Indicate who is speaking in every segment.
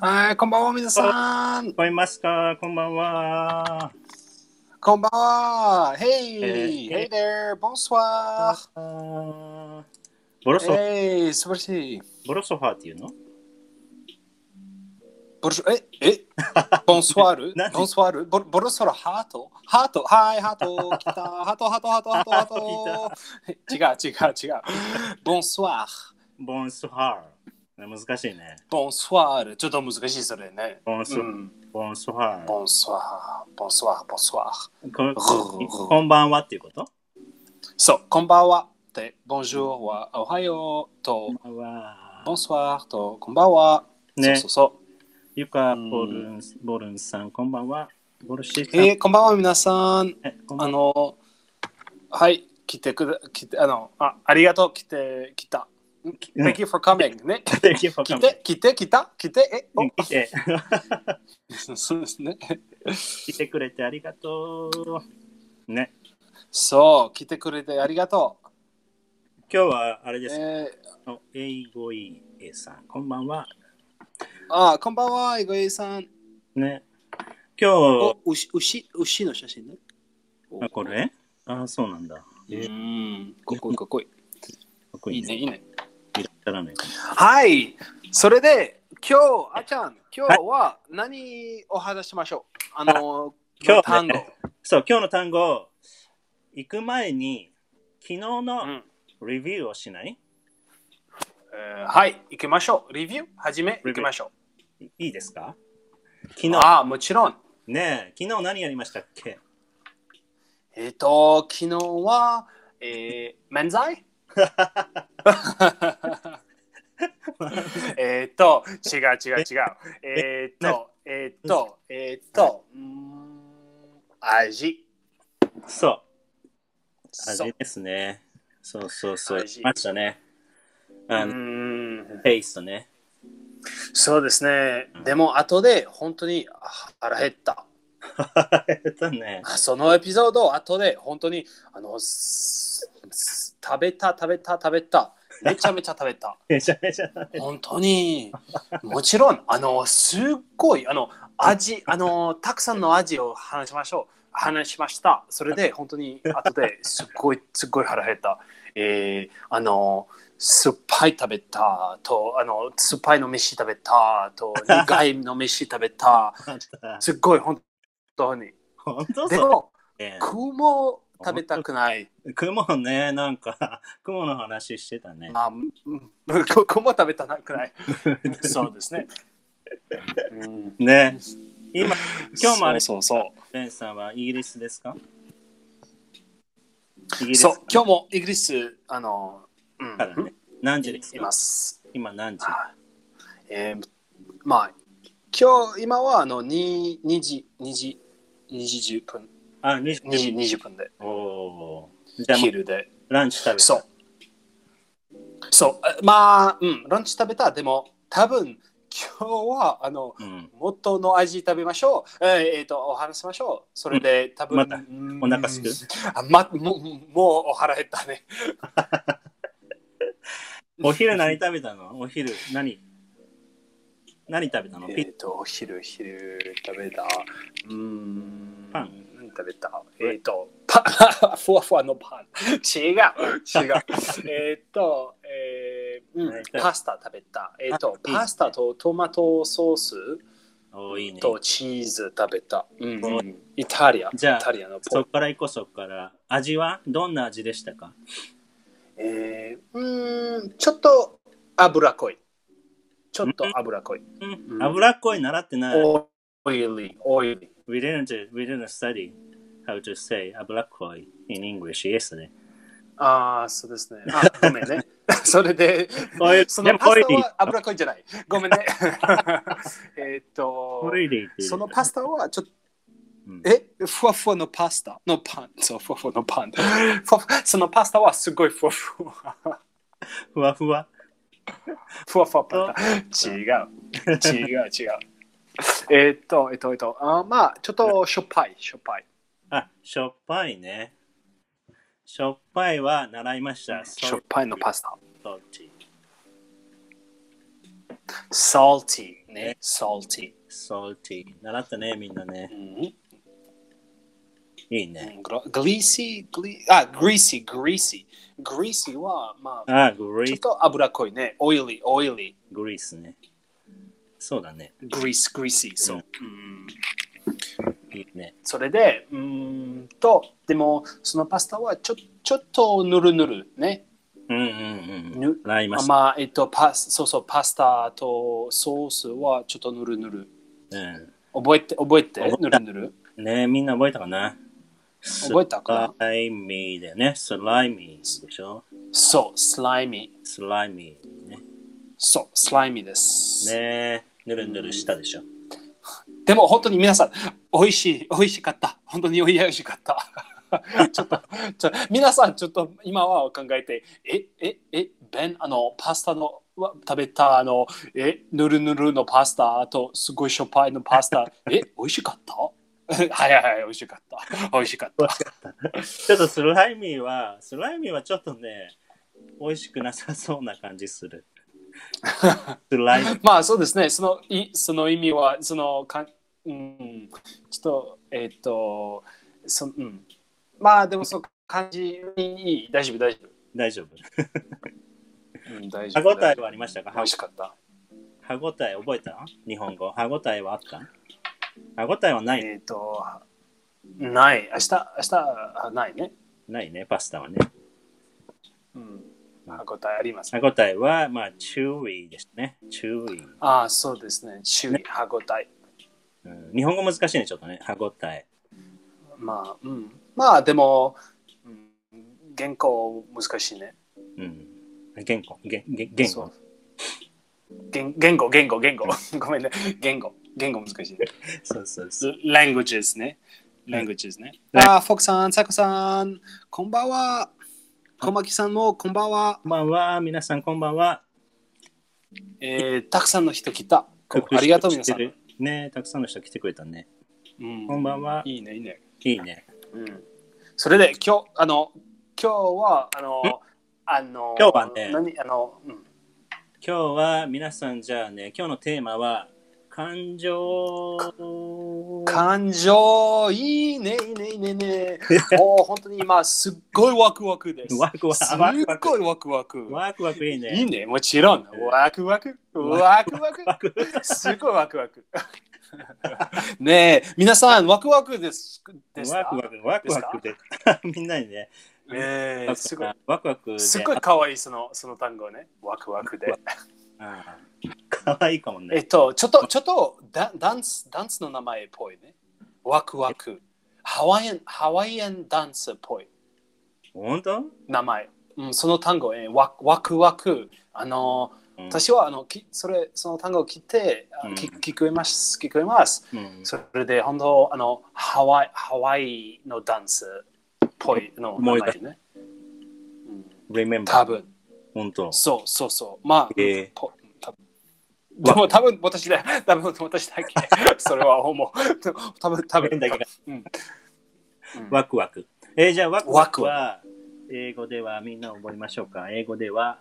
Speaker 1: はい、こんばんは、皆さん
Speaker 2: 聞。こえますかこんばんは。
Speaker 1: こんばんは。Hey,
Speaker 2: えー
Speaker 1: hey there, bonsoir.
Speaker 2: あーボロソ、
Speaker 1: Hey, 素晴らしい。
Speaker 2: ボロソファーっていうの
Speaker 1: ボルシえ、え、 ボンソワール
Speaker 2: 何
Speaker 1: ボンソワールボルボルソロハートハートはい、ハート来たハートハートハートハートハ ート違う違う違う。ボンソワール。
Speaker 2: ボンスファー。難しいね。
Speaker 1: ボンソワール。ちょっと難しいそれね。
Speaker 2: ボンス、
Speaker 1: うん
Speaker 2: ボンスファー。
Speaker 1: ボンソワール。ボンソワール。ボンソワー
Speaker 2: こ
Speaker 1: ー
Speaker 2: こんばんはっていうこと
Speaker 1: ル。そう、こんばんは。で、ボンジュールはおはようと、
Speaker 2: こんばんは
Speaker 1: ボンソワールと、こんばんは。そ
Speaker 2: ね
Speaker 1: うそうそう。
Speaker 2: ゆか、ボルンス、ボルンさん、こんばんは。ボルシーさん
Speaker 1: えー、こんばんは皆さん。
Speaker 2: え、こんば
Speaker 1: あ
Speaker 2: んは。
Speaker 1: の、はい、来てくだ、来て、あの、あありがとう、来て、来た。Thank you for coming. ね。
Speaker 2: Thank you for
Speaker 1: 来
Speaker 2: coming.
Speaker 1: て、来て、来た、来て、え、お
Speaker 2: 来て、
Speaker 1: そうです ね。
Speaker 2: 来てくれてありがとう。ね、
Speaker 1: そう、来てくれてありがとう。
Speaker 2: 今日はあれです。
Speaker 1: え
Speaker 2: お英語いい A さん、こんばんは。
Speaker 1: ー、あ、こんばんは、イゴイさん。
Speaker 2: ね、今日、
Speaker 1: お、牛、牛、牛の写真ね。
Speaker 2: あこれあそうなんだ。
Speaker 1: う
Speaker 2: え
Speaker 1: ん、かっこいい、かっこい
Speaker 2: かっこ
Speaker 1: い。い
Speaker 2: い
Speaker 1: い
Speaker 2: い
Speaker 1: ね、
Speaker 2: ね。
Speaker 1: いいね。
Speaker 2: いらっしゃらないか
Speaker 1: はい、それで、今日、あちゃん、今日は何を話しましょうあの、
Speaker 2: 今日ね
Speaker 1: 単語。
Speaker 2: なそう、今日の単語、行く前に、昨日
Speaker 1: う
Speaker 2: の
Speaker 1: ん
Speaker 2: レビューをしない、
Speaker 1: えーはい、行きましょう。レビュー始め、
Speaker 2: レビュ
Speaker 1: 行
Speaker 2: ー
Speaker 1: きましょ
Speaker 2: いいいですか昨
Speaker 1: う。
Speaker 2: 日、
Speaker 1: ああ、もちろん。
Speaker 2: ねえ昨日何やりましたっけ
Speaker 1: えっ、と、昨日は、えー、漫 才えっと、違う違う違う。えっと、えっと、えっと、うーん味。
Speaker 2: そう、あ
Speaker 1: そう
Speaker 2: れですね。そうそうそう、
Speaker 1: 味
Speaker 2: しましたね。
Speaker 1: う
Speaker 2: あの、
Speaker 1: ん
Speaker 2: テイストね。
Speaker 1: そうですね。でも、後で本当にあ腹減った。
Speaker 2: えっとね。
Speaker 1: そのエピソードを後で本当にあのすす食べた食べた食べためちゃめちゃ食べた
Speaker 2: めちゃめちゃ
Speaker 1: 本当にもちろんあのすっごいあの 味あのたくさんの味を話しましょう話しましたそれで本当に後ですっごいすっごい腹減ったえー、あの酸っぱい食べたとあの酸っぱいの飯食べたと苦いの飯食べた
Speaker 2: あった。
Speaker 1: すっごい本当に
Speaker 2: 本当
Speaker 1: で
Speaker 2: そう
Speaker 1: も
Speaker 2: ね。
Speaker 1: 雲食べたくない。
Speaker 2: 雲ね、なんか、雲の話してたね。
Speaker 1: まあ、うん 雲食べたく ない。そうですね。うん
Speaker 2: ね。今、今日もあれ
Speaker 1: そうそうそう
Speaker 2: ベンさんはイギリスですかイギリス
Speaker 1: そう今日もイギリスあの、うん
Speaker 2: からね。何時です
Speaker 1: い
Speaker 2: か
Speaker 1: ます。
Speaker 2: 今何時
Speaker 1: えーまあ今日今はあの二二時二時二時十分
Speaker 2: あ、2時。
Speaker 1: 二時二十分で
Speaker 2: おおー。じゃあもう
Speaker 1: 昼で
Speaker 2: ランチ食べた
Speaker 1: そうそうあまあうんランチ食べたでも多分今日はあの
Speaker 2: うん。
Speaker 1: 元の味食べましょう。えーえーと、お話しましょう。それで、多分、
Speaker 2: また
Speaker 1: うん
Speaker 2: お腹すく。
Speaker 1: あま、もう、もうお腹減ったね。
Speaker 2: お昼何食べたのお昼何何食べたの
Speaker 1: え
Speaker 2: ピ
Speaker 1: ーと、お昼、昼食べた。うーん。
Speaker 2: パン
Speaker 1: 何食べたえーと、パン、 ふわふわのパン。違う、違 う。えーと、えーうんパスタ食べた。えーと、
Speaker 2: あいいね
Speaker 1: パスタとトマトソース
Speaker 2: おーいいね。
Speaker 1: とチーズ食べた。うんうんイタリア、
Speaker 2: じゃあ
Speaker 1: イタリアの
Speaker 2: そっから行こうそっから。味はどんな味でしたか
Speaker 1: えー、うーん、ちょっと脂っこい。ちょっと脂っこい。
Speaker 2: うん。脂っこい習ってない。
Speaker 1: オイリー、オイリー。
Speaker 2: We didn't, we didn't study how to say 脂っこい in English yesterday.
Speaker 1: ああ、そうですね。あごめんね。 それで、
Speaker 2: オイリー
Speaker 1: そ
Speaker 2: で
Speaker 1: の
Speaker 2: も
Speaker 1: パス
Speaker 2: オイ
Speaker 1: タ
Speaker 2: リー
Speaker 1: は脂っこいんじゃない。ごめんね。 えーっと、そのパスタはちょっと、
Speaker 2: うん
Speaker 1: えふわふわのパスタのパン。そう、ふわふわのパン。ふわふわそのパスタはすごいふわふわ。
Speaker 2: ふわふわ。
Speaker 1: ふわふわパタ。違う。違う違う。えーっと、えっと、えっと、あーまあ、ちょっとしょっぱい、しょっぱい。
Speaker 2: あ、しょっぱいね。しょっぱいは習いました。
Speaker 1: しょっぱいのパスタ。
Speaker 2: ソルティ。
Speaker 1: salty。ね、salty。
Speaker 2: salty。習ったね、みんなね
Speaker 1: う。ん、
Speaker 2: いいね。
Speaker 1: greasy、gre- あ、greasy、greasy。greasy は、まあ、
Speaker 2: あ、
Speaker 1: ちょっ
Speaker 2: grease、
Speaker 1: と脂っこいね。oily、oily。
Speaker 2: grease ね。そうだね。
Speaker 1: grease、greasy。そう。うん
Speaker 2: いいね。
Speaker 1: それで、うーんと、でも、そのパスタはちょちょっとぬるぬるね。
Speaker 2: うんうんうんうん。
Speaker 1: ぬ
Speaker 2: 習いま
Speaker 1: あ
Speaker 2: した。
Speaker 1: まあ、えっと、パス、そうそう、パスタとソースはちょっとぬるぬる。覚えて、覚えて、
Speaker 2: 覚
Speaker 1: ぬ
Speaker 2: えた
Speaker 1: るぬる。
Speaker 2: うん。ねみんな覚えたかな
Speaker 1: 覚えたか
Speaker 2: スライミーだよね。スライミーでしょ
Speaker 1: そう、スライミー。
Speaker 2: スライミー。ね。
Speaker 1: そう、スライミーです。
Speaker 2: ねぬるぬるしたでしょ。
Speaker 1: でも、本当に皆さん、美味しい、美味しかった。本当に美味しかった。 ちょっと、ちょ皆さん、ちょっと今は考えて、え、え、え、ベン、あの、パスタの、わ食べたあの、え、ぬるぬるのパスタ、あと、すごいしょっぱいのパスタ、え、美味しかった はいはいはい、美味しかった。美味しかった。
Speaker 2: ちょっとスライミーは、スライミーはちょっとね、美味しくなさそうな感じ する。スライミー。
Speaker 1: まあそうですね、そのいその意味は、そのかん、うん、ちょっと、えっ、と、そうん、まあでもその感じにいい、大丈夫、大丈
Speaker 2: 大丈夫。
Speaker 1: 夫。うん、大丈
Speaker 2: 歯
Speaker 1: 夫
Speaker 2: 応えはありましたか
Speaker 1: 美味しかった。
Speaker 2: 歯応え覚えた日本語。歯応えはあった歯応えはない、
Speaker 1: えっ、と、ない、明日、明日はないね。
Speaker 2: ないね、パスタはね。
Speaker 1: うん、歯応えあります。
Speaker 2: 歯応えは、まあ、チューイーですね。チューイー、
Speaker 1: ああ、そうですね、注意、歯応え。
Speaker 2: うん日本語難しいね、ちょっとね。歯応え。
Speaker 1: まあ、うん、まあでも、うん、原稿難しいね。
Speaker 2: うん。言語、言言言
Speaker 1: そ
Speaker 2: 語
Speaker 1: う。言言語、言語、言語。 ごめんね。言語、言語難しい ね。
Speaker 2: そうそうそう。
Speaker 1: languages ね。languages ね。
Speaker 2: はい
Speaker 1: あー、フォクさん、サコさん、こんばんは。小牧さんもこんばんは。
Speaker 2: こんばんは、皆さん、こんばんは。
Speaker 1: えー、たくさんの人来た。こありがとう、皆さん。
Speaker 2: 来てるねたくさんの人来てくれたね。
Speaker 1: うん
Speaker 2: こんばんはい
Speaker 1: いね、いいね。
Speaker 2: いいね。
Speaker 1: うん。それで、今日、あの、今日は、あの、あの、
Speaker 2: 今日はね
Speaker 1: 何、あの、うん、
Speaker 2: 今日は、皆さん、じゃあね、今日のテーマは、感情。
Speaker 1: 感情いいねいいねいいねいい ねもう本当に今すっごいワクワクです
Speaker 2: ワクワク
Speaker 1: すっごいワクワク
Speaker 2: ワクワクいいね。
Speaker 1: いいねもちろんワクワクワクワク
Speaker 2: ワクワク
Speaker 1: すごいワクワク ねえ皆さんワクワクですですか
Speaker 2: ワクワク、ワクワクで、 みんなにね、
Speaker 1: ええすごい
Speaker 2: ワクワクで、
Speaker 1: すっごい可愛いそのその単語ねワクワクで
Speaker 2: あかわいいかも
Speaker 1: え
Speaker 2: ね。
Speaker 1: っと、ちょっと、ちょっとダダンス、ダンスの名前っぽいね。ワクワク。ハワイアン、ハワイアンダンスっぽい
Speaker 2: 本当
Speaker 1: 名前。うん、その単語、えワクワクワク。あの、
Speaker 2: うん
Speaker 1: 私はあのきそれその単語を聞いて、あ
Speaker 2: うん
Speaker 1: 聞聞こえます。聞こえます。
Speaker 2: うん
Speaker 1: それで、本当、あの、ハワイ、ハワイのダンスっぽいの名前ね。うん、多
Speaker 2: Remember。
Speaker 1: 分。
Speaker 2: 本当。
Speaker 1: そうそうそう。まあ、
Speaker 2: へえ
Speaker 1: ぽ多分でも多分私だ、 多分私だ け、それは思う。でも多分多分
Speaker 2: だけど
Speaker 1: うんうん
Speaker 2: ワクワク。えーじゃあ、ワクワク
Speaker 1: ワ
Speaker 2: は、英語ではみんな覚えましょうか。英語では、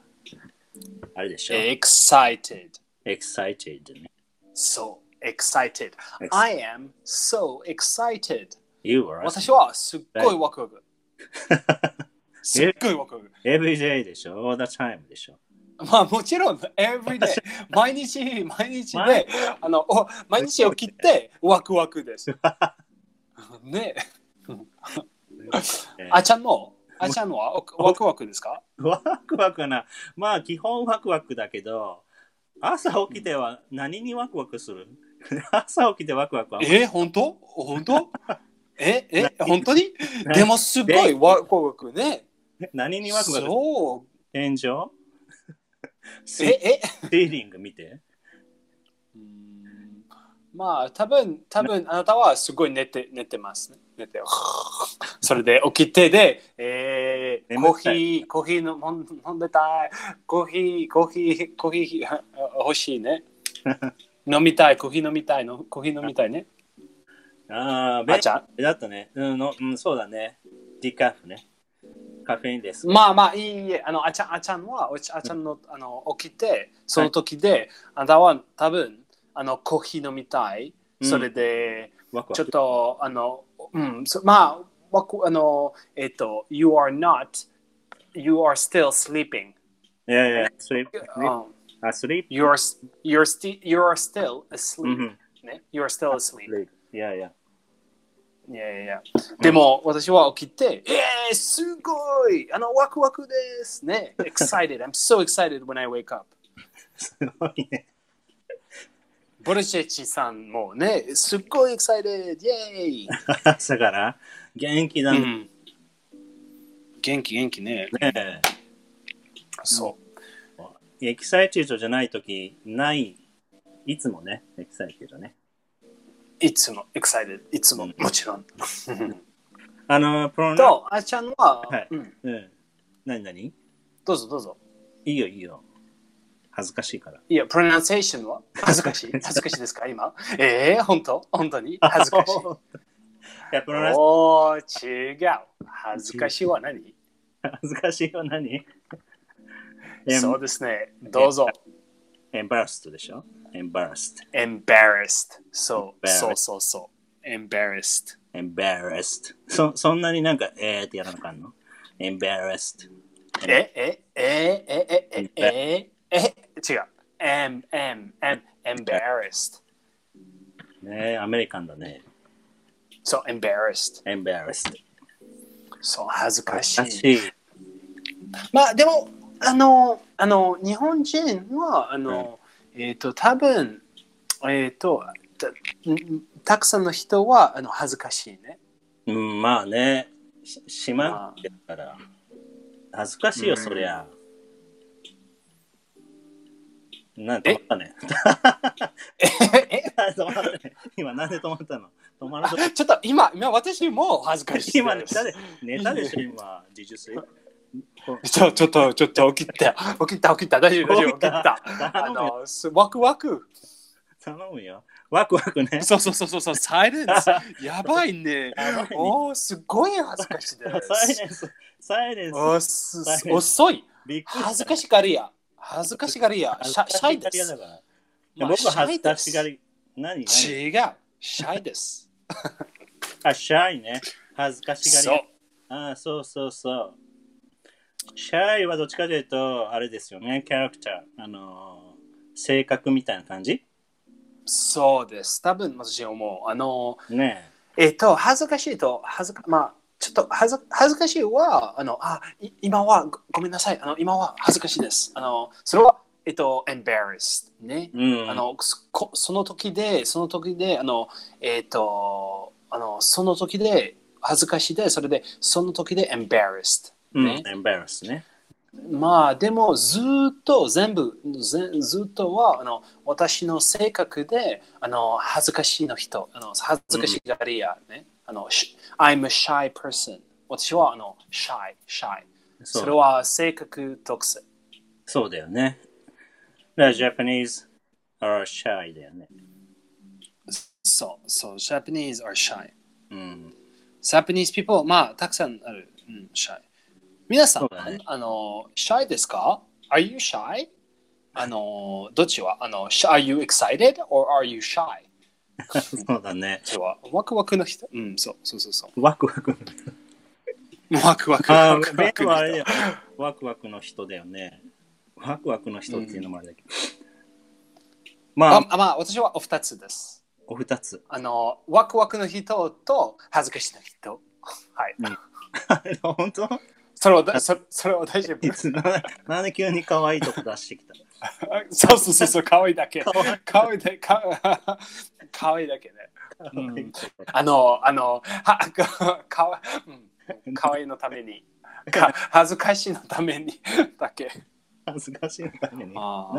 Speaker 2: あれでしょ。
Speaker 1: Excited.
Speaker 2: excited ね。
Speaker 1: So excited.
Speaker 2: Ex-
Speaker 1: I am so excited.
Speaker 2: You are
Speaker 1: 私はすっごいワクワク。 すっごいワクワク。
Speaker 2: every day でしょ。all the time でしょ。
Speaker 1: まあもちろん、every day、毎日、毎日
Speaker 2: 毎
Speaker 1: で、あの、お毎日起きて、ワクワク です。ねえ。
Speaker 2: えー
Speaker 1: あちゃんも、あちゃんはおワクワクですか
Speaker 2: ワクワクな。まあ、基本ワクワクだけど、朝起きては何にワクワクする 朝起きてワクワクは。
Speaker 1: え、本当本当え、え、本当に
Speaker 2: 何
Speaker 1: でもすごいワクワクね。
Speaker 2: 何にワクワクする
Speaker 1: そ
Speaker 2: 天 井
Speaker 1: う。
Speaker 2: シ
Speaker 1: え、え。
Speaker 2: ーリング見て。
Speaker 1: うんまあ、多分多分あなたはすごい寝て、寝てますね。寝 て。それで起きてで、えー、コ
Speaker 2: 眠
Speaker 1: ーヒ
Speaker 2: たい
Speaker 1: ー、コーヒーのもん飲んでたい。コーヒー、コーヒー、コーヒーあ欲しい ね。飲みたい、コーヒー飲みたいの、コーヒー飲みたいね。
Speaker 2: ああ、ベ
Speaker 1: あ
Speaker 2: ン
Speaker 1: ちゃん。
Speaker 2: だったね。うん、のうん、そうだね。ディカフね。カフェインです。
Speaker 1: まあまあいいえ、あの、あちゃん、あちゃんは、おちあちゃんの、あの、起きて、その時で、あなたは多分、あのコーヒー飲みたい。
Speaker 2: うん
Speaker 1: それで、
Speaker 2: ワクワク
Speaker 1: ちょっと、あの、うん、そまあ、わくあの、えっと、You are not, you are still sleeping.
Speaker 2: いやいや、スリープ、ね。
Speaker 1: Um,
Speaker 2: あ、スリー
Speaker 1: you are, you are, sti- you are still
Speaker 2: プ。
Speaker 1: asleep. ね You are still asleep.
Speaker 2: いやい や。
Speaker 1: いやいや。でも、私は起きて、えー、すごいあの、ワクワクです ね。excited. I'm so excited when I wake up.
Speaker 2: すごいね。
Speaker 1: ボルシェチさんもね、すっごい excited! イェーイ、
Speaker 2: 朝から元気だね。
Speaker 1: 元気元気ね。そう。
Speaker 2: エキサイティドじゃないとき、ない。いつもね、エキサイティドね。
Speaker 1: いつも excited。いつも、もちろん。
Speaker 2: あの、プロナ
Speaker 1: と、あーちゃんは、
Speaker 2: はい
Speaker 1: うん、
Speaker 2: うん。何何
Speaker 1: どうぞどうぞ。
Speaker 2: いいよいいよ。恥ずかしいから。
Speaker 1: いや、プロナンセーションは恥ずか しい。恥ずかしいですか今。えー、本当本当に 恥ず かしい。
Speaker 2: いや、プロナンス
Speaker 1: おー、違う。恥ずかしいは何
Speaker 2: 恥ずかしいは何
Speaker 1: そうですね。どうぞ。
Speaker 2: エンバーストでしょエンバース
Speaker 1: embarrassed。そう、
Speaker 2: embarrassed
Speaker 1: そうそうそう。embarrassed。
Speaker 2: ト。エンバースト。そそんなになんか、えーってやらなあかんのエンバース
Speaker 1: え、え、え、え、え、え、え、え、違う。m, m, m, embarrassed。
Speaker 2: ト。ねえアメリカンだね。
Speaker 1: そう、embarrassed。
Speaker 2: エンバースト。
Speaker 1: そう、恥ずかし
Speaker 2: 恥
Speaker 1: い
Speaker 2: ず。かしい。
Speaker 1: まあでもあのあの日本人はあの、えっ、と多分えっ、とたんたくさんの人はあの恥ずかしいね。
Speaker 2: うん、まあね、し島だから、恥ずかしいよ、
Speaker 1: うん
Speaker 2: そりゃ。なん
Speaker 1: え
Speaker 2: で止まったね。 止まったね。今、なんで止まったの止まらなかっ
Speaker 1: ちょっと今今私もう恥ずかしい
Speaker 2: た。今、
Speaker 1: で
Speaker 2: 寝
Speaker 1: す
Speaker 2: たで、寝たでしょ、今、自重する。
Speaker 1: ちょちょっとちょっと起きた起きた起きた大丈夫大丈夫起きた。あのすワクワク
Speaker 2: 頼むよ。ワクワクね。
Speaker 1: そうそうそうそうそうサイレン スやばいね
Speaker 2: やばいね
Speaker 1: おーすごい恥ずかしいで
Speaker 2: サイレンス、サイレンス、
Speaker 1: す
Speaker 2: サイレンス
Speaker 1: おす遅い
Speaker 2: びっくり
Speaker 1: 恥ずか
Speaker 2: しい。
Speaker 1: しがりや。恥ずかしがりや。
Speaker 2: 恥
Speaker 1: シ
Speaker 2: ず
Speaker 1: ャ
Speaker 2: か
Speaker 1: シ
Speaker 2: し
Speaker 1: ャ
Speaker 2: が
Speaker 1: イ
Speaker 2: り
Speaker 1: で
Speaker 2: 屋
Speaker 1: す
Speaker 2: だ。から。
Speaker 1: まあ
Speaker 2: 僕は恥ずかしがり。何何
Speaker 1: 違う。シャイです。
Speaker 2: あ、シャイね。恥ずかしがり
Speaker 1: そ
Speaker 2: 屋
Speaker 1: う。
Speaker 2: ああ、そうそうそう。シャイはどっちかというと、あれですよね、キャラクター、あのー性格みたいな感じ
Speaker 1: そうです。多分私は思う。あの、
Speaker 2: ね
Speaker 1: えっと、恥ずかしいと、恥ずか、まあ、ちょっと恥ず恥ずかしいは、あの、あ、い今はごごめんなさい。あの、今は恥ずかしいです。あの、それは、えっと、embarrassed ね。
Speaker 2: え。うん。
Speaker 1: あのすこその時で、その時で、あの、えっ、と、あの、その時で恥ずかしいで、それで、その時で embarrassed
Speaker 2: うん、
Speaker 1: ね。
Speaker 2: エンバラスね。
Speaker 1: まあでもずーっと全部ぜずーっとはあの私の性格であの恥ずかしいの人あの恥ずかしがり屋ね、あのし I'm a shy person 私はあの shy shy
Speaker 2: そう
Speaker 1: それは性格特性
Speaker 2: そうだよね。だから、ジャパニーズ are shy だよね。
Speaker 1: そうそう Japanese are shy
Speaker 2: うん。
Speaker 1: Japanese people まあたくさんある、うん、shy 皆さ
Speaker 2: そ
Speaker 1: ん、
Speaker 2: うだね
Speaker 1: あの shy ですか Are you shy? あのどっちはあの Are you excited or are you shy?
Speaker 2: そうだね。
Speaker 1: 人はワクワクの人うんそうそうそうそ
Speaker 2: ワクワク。
Speaker 1: うワクワク
Speaker 2: あ
Speaker 1: ワ
Speaker 2: あ、
Speaker 1: ク
Speaker 2: ベ
Speaker 1: ワ
Speaker 2: ン
Speaker 1: ク
Speaker 2: はあ
Speaker 1: の
Speaker 2: れだ
Speaker 1: 人
Speaker 2: よ。ワクワクの人だよね。ワクワクの人っていうのもあれだけど。まあ、
Speaker 1: ああまあ私はお二つです
Speaker 2: お二つ。
Speaker 1: あのワクワクの人と恥ずかしいの人はい
Speaker 2: 本当
Speaker 1: それはだそそれは大丈夫
Speaker 2: いつななんで急に可愛いとこ出してきた
Speaker 1: あそうそうそうそう可愛いだけ
Speaker 2: 可愛
Speaker 1: 可愛い
Speaker 2: い
Speaker 1: だけか可愛いだけね
Speaker 2: の、
Speaker 1: うんあのあのはかかわうん可愛いのためにか恥ずかしいのためにだけ
Speaker 2: 恥ずかしいのために。
Speaker 1: あー